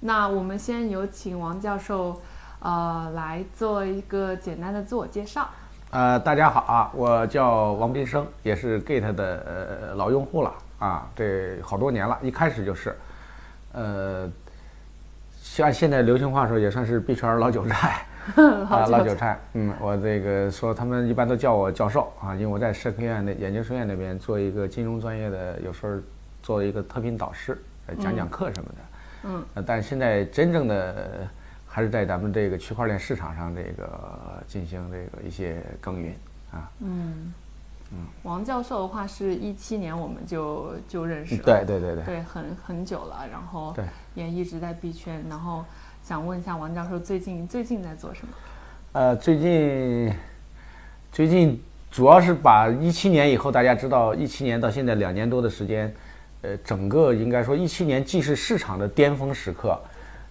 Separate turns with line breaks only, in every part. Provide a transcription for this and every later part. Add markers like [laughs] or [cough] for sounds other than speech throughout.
那我们先有请王教授，呃，来做一个简单的自我介绍。
呃，大家好啊，我叫王斌生，也是 Gate 的呃老用户了啊，这好多年了，一开始就是，呃，像现在流行话说也算是币圈老韭菜啊， [laughs] 老韭菜。嗯，我这个说他们一般都叫我教授啊，因为我在社科院的研究生院那边做一个金融专业的，有时候做一个特聘导师，讲讲课什么的。
嗯，
嗯但是现在真正的。还是在咱们这个区块链市场上，这个进行这个一些耕耘啊。
嗯嗯，王教授的话是一七年我们就就认识了，
对对啊对
对，对很很久了，然后也一直在币圈，然后想问一下王教授最近最近在做什么？
呃，最近最近主要是把一七年以后大家知道，一七年到现在两年多的时间，呃，整个应该说一七年既是市场的巅峰时刻。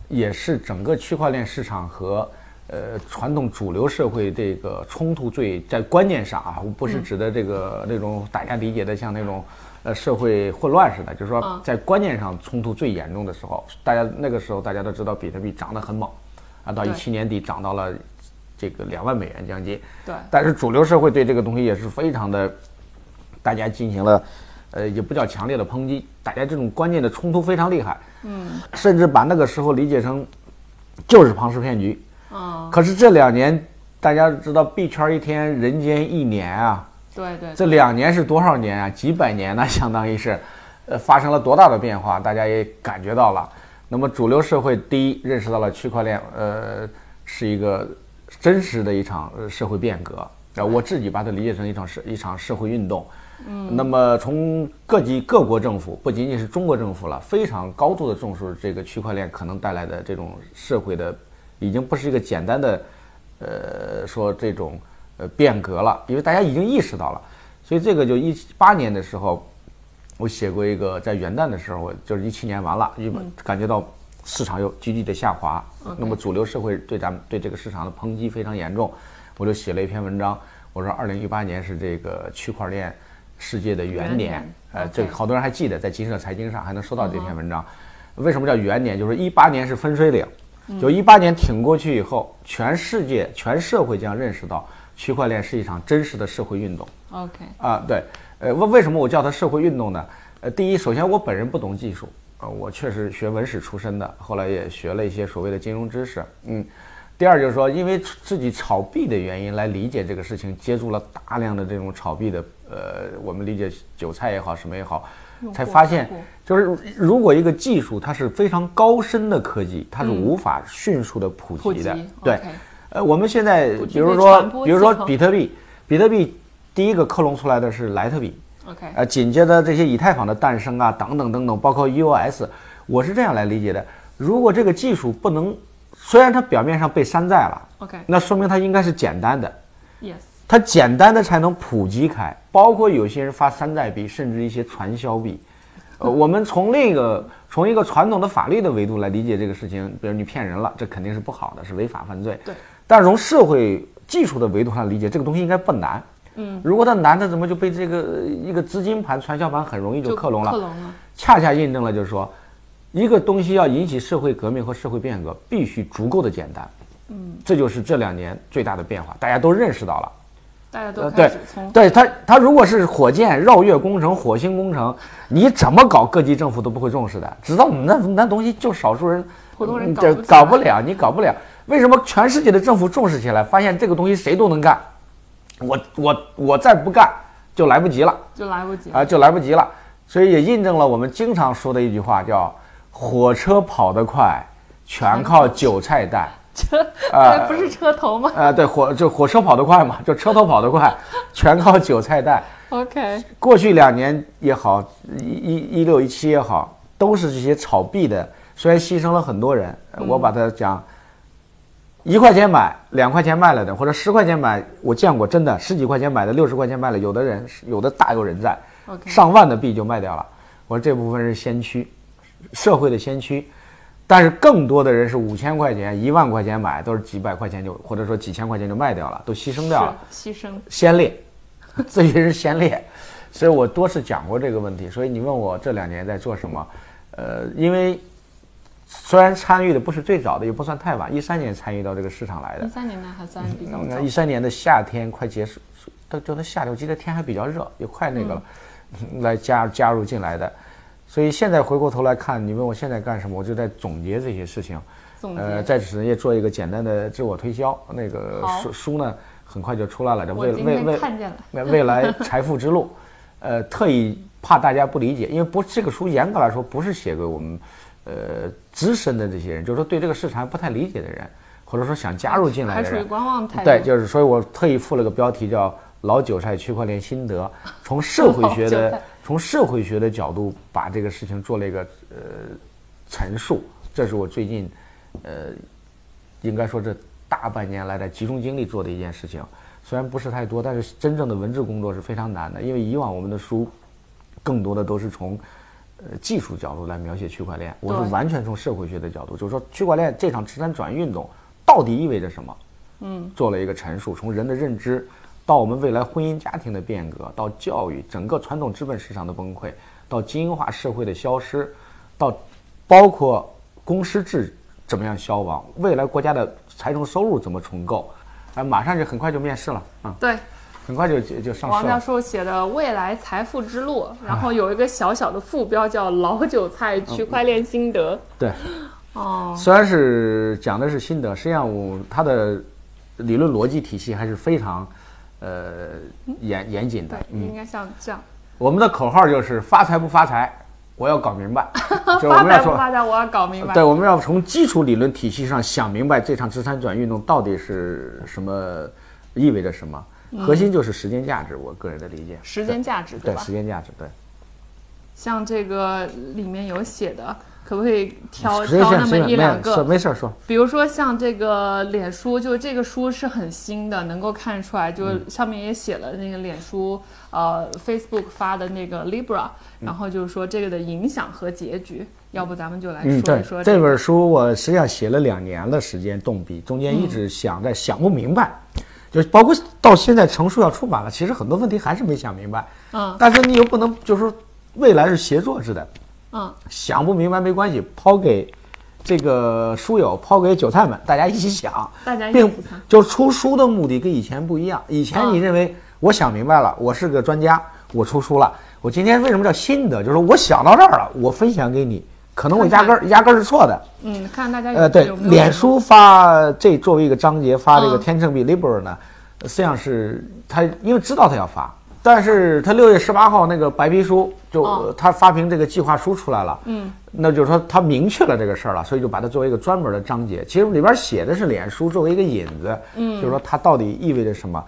也是整个区块链市场和呃传统主流社会这个冲突最在观念上啊，不是指的这个那种大家理解的像那种呃社会混乱似的，就是说在观念上冲突最严重的时候，大家那个时候大家都知道比特币涨得很猛，啊，到一七年底涨到了这个两万美元将近。
对。
但是主流社会对这个东西也是非常的，大家进行了。呃，也不叫强烈的抨击，大家这种观念的冲突非常厉害，
嗯，
甚至把那个时候理解成就是庞氏骗局，
嗯，
可是这两年大家知道币圈一天，人间一年啊，
对,对对，
这两年是多少年啊？几百年呢、啊？相当于是，呃，发生了多大的变化，大家也感觉到了。那么主流社会第一认识到了区块链，呃，是一个真实的一场呃社会变革。啊，我自己把它理解成一场社一场社会运动，
嗯，
那么从各级各国政府，不仅仅是中国政府了，非常高度的重视这个区块链可能带来的这种社会的，已经不是一个简单的，呃，说这种呃变革了，因为大家已经意识到了，所以这个就一八年的时候，我写过一个在元旦的时候，就是一七年完了，因为感觉到市场又急剧的下滑，
嗯、
那么主流社会对咱们对这个市场的抨击非常严重。我就写了一篇文章，我说二零一八年是这个区块链世界的元年，呃，这好多人还记得，在金社财经上还能收到这篇文章。为什么叫元年？就是一八年是分水岭，就一八年挺过去以后，全世界、全社会将认识到区块链是一场真实的社会运动。
OK，
啊，对，呃，为为什么我叫它社会运动呢？呃，第一，首先我本人不懂技术，呃，我确实学文史出身的，后来也学了一些所谓的金融知识，嗯。第二就是说，因为自己炒币的原因来理解这个事情，接触了大量的这种炒币的，呃，我们理解韭菜也好，什么也好，才发现，就是如果一个技术它是非常高深的科技，它是无法迅速的嗯普及的。
嗯、
对，呃，我们现在比如
说，
比如说比特币，比特币第一个克隆出来的是莱特币
，OK，
呃，紧接着这些以太坊的诞生啊，等等等等，包括 EOS，我是这样来理解的：如果这个技术不能虽然它表面上被山寨了
，OK，
那说明它应该是简单的
，Yes，
它简单的才能普及开，包括有些人发山寨币，甚至一些传销币。呃，我们从那个 [laughs] 从一个传统的法律的维度来理解这个事情，比如你骗人了，这肯定是不好的，是违法犯罪。
对。
但是从社会技术的维度上理解，这个东西应该不难。
嗯。
如果它难，它怎么就被这个一个资金盘、传销盘很容易就克隆了？
克隆了。
恰恰印证了，就是说。一个东西要引起社会革命和社会变革，必须足够的简单。
嗯，
这就是这两年最大的变化，大家都认识到了。
大家都开始从、呃、
对他，他如果是火箭绕月工程、火星工程，你怎么搞，各级政府都不会重视的。直到你那那东西就少数人，嗯
普通人
搞
搞
不了，你搞不了。为什么全世界的政府重视起来，发现这个东西谁都能干？我我我再不干就来不及了，
就来不及
啊、呃，就来不及了。所以也印证了我们经常说的一句话，叫。火车跑得快，全靠韭菜带。
车啊， [laughs] 不是车头吗？
呃，对，火就火车跑得快嘛，就车头跑得快，全靠韭菜带。
OK，
过去两年也好，一一六一七也好，都是这些炒币的，虽然牺牲了很多人，嗯、我把它讲，一块钱买，两块钱卖了的，或者十块钱买，我见过真的十几块钱买的，六十块钱卖了，有的人有的大有人在，上万的币就卖掉了。我说这部分是先驱。社会的先驱，但是更多的人是五千块钱、一万块钱买，都是几百块钱就或者说几千块钱就卖掉了，都牺牲掉了。
牺牲
先烈，这些人先烈，所以我多次讲过这个问题。所以你问我这两年在做什么，呃，因为虽然参与的不是最早的，也不算太晚，一三年参与到这个市场来的
一。三年呢还算比较早
嗯，一，三年的夏天快结束，到就到夏天，我记得天还比较热，也快那个了，来加加入进来的。所以现在回过头来看，你问我现在干什么，我就在总结这些事情。
总
呃，
结
在职业做一个简单的自我推销，那个
好
书书呢很快就出来了，这
我
未
今
未
天
未
看见了，
未未来财富之路，呃，特意怕大家不理解，因为不这个书严格来说不是写给我们，呃，资深的这些人，就是说对这个市场还不太理解的人，或者说想加入进来
还
的
处于
人，
观望态度，
对，就是所以我特意附了个标题叫“老韭菜区块链心得”，从社会学
[laughs] 老韭
的
菜
从社会学的角度把这个事情做了一个呃陈述，这是我最近呃应该说这大半年来在集中精力做的一件事情。虽然不是太多，但是真正的文字工作是非常难的，因为以往我们的书更多的都是从。呃，技术角度来描写区块链，我
对
是完全从社会学的角度，就是说区块链这场直三转运动到底意味着什么？做了一个陈述，从人的认知到我们未来婚姻家庭的变革，到教育整个传统资本市场的崩溃，到精英化社会的消失，到包括公司制怎么样消亡，未来国家的财政收入怎么重构，啊，马上就很快就面试了啊、
对。
很快就就就上
王
市
教
了。
授写的《未来财富之路》，然后有一个小小的副标叫《老韭菜
嗯
区块链心得》。
对，嗯
哦，
虽然是讲的是心得，实际上我它的理论逻辑体系还是非常呃严严谨的
对。，应该像这样。
我们的口号就是发财不发财，我要搞明白，就是我
[laughs] 发
们
财
要
不
说，呃
发财，我要搞明白。
对，我们要从基础理论体系上想明白这场资产转运动到底是什么，意味着什么。核心就是时间价值，我个人的理解，
时间价值，嗯
对
吧
时？间价值，对。
像这个里面有写的，可不可以挑
时间
挑
价
那
值
么一两
没事
个？
没事儿说，
比如说像这个脸书，就这个书是很新的，能够看出来，
嗯
就上面也写了那个脸书，呃，Facebook 发的那个 Libra，然
嗯
后就是说这个的影响和结局，要不咱们就来
嗯，
说一
对
说，
这本书我实际上写了两年的时间动笔，中间一
嗯
直想在想不明白，就包括到现在成书要出版了，其实很多问题还是没想明白。
嗯
但是你又不能就是说未来是协作制的，
嗯，
想不明白没关系，抛给这个书友，抛给韭菜们，大家一起想，
大家一起啊
并
看，
就是出书的目的跟以前不一样。以前你认为我想明白了，我是个专家，我出书了。我今天为什么叫心得？就是我想到这儿了，我分享给你，可能我压根儿压根儿是错的。
嗯，看大家有
呃，对
有，没有
脸书发这作为一个章节发这个
嗯
天秤币 Libra 呢，实际上是他因为知道他要发，但是他六月十八号那个白皮书就、呃
哦
他发行这个计划书出来了，嗯，那就是说他明确了这个事儿了，所以就把它作为一个专门的章节。其实里边写的是脸书作为一个引子，嗯，就是说它到底意味着什么。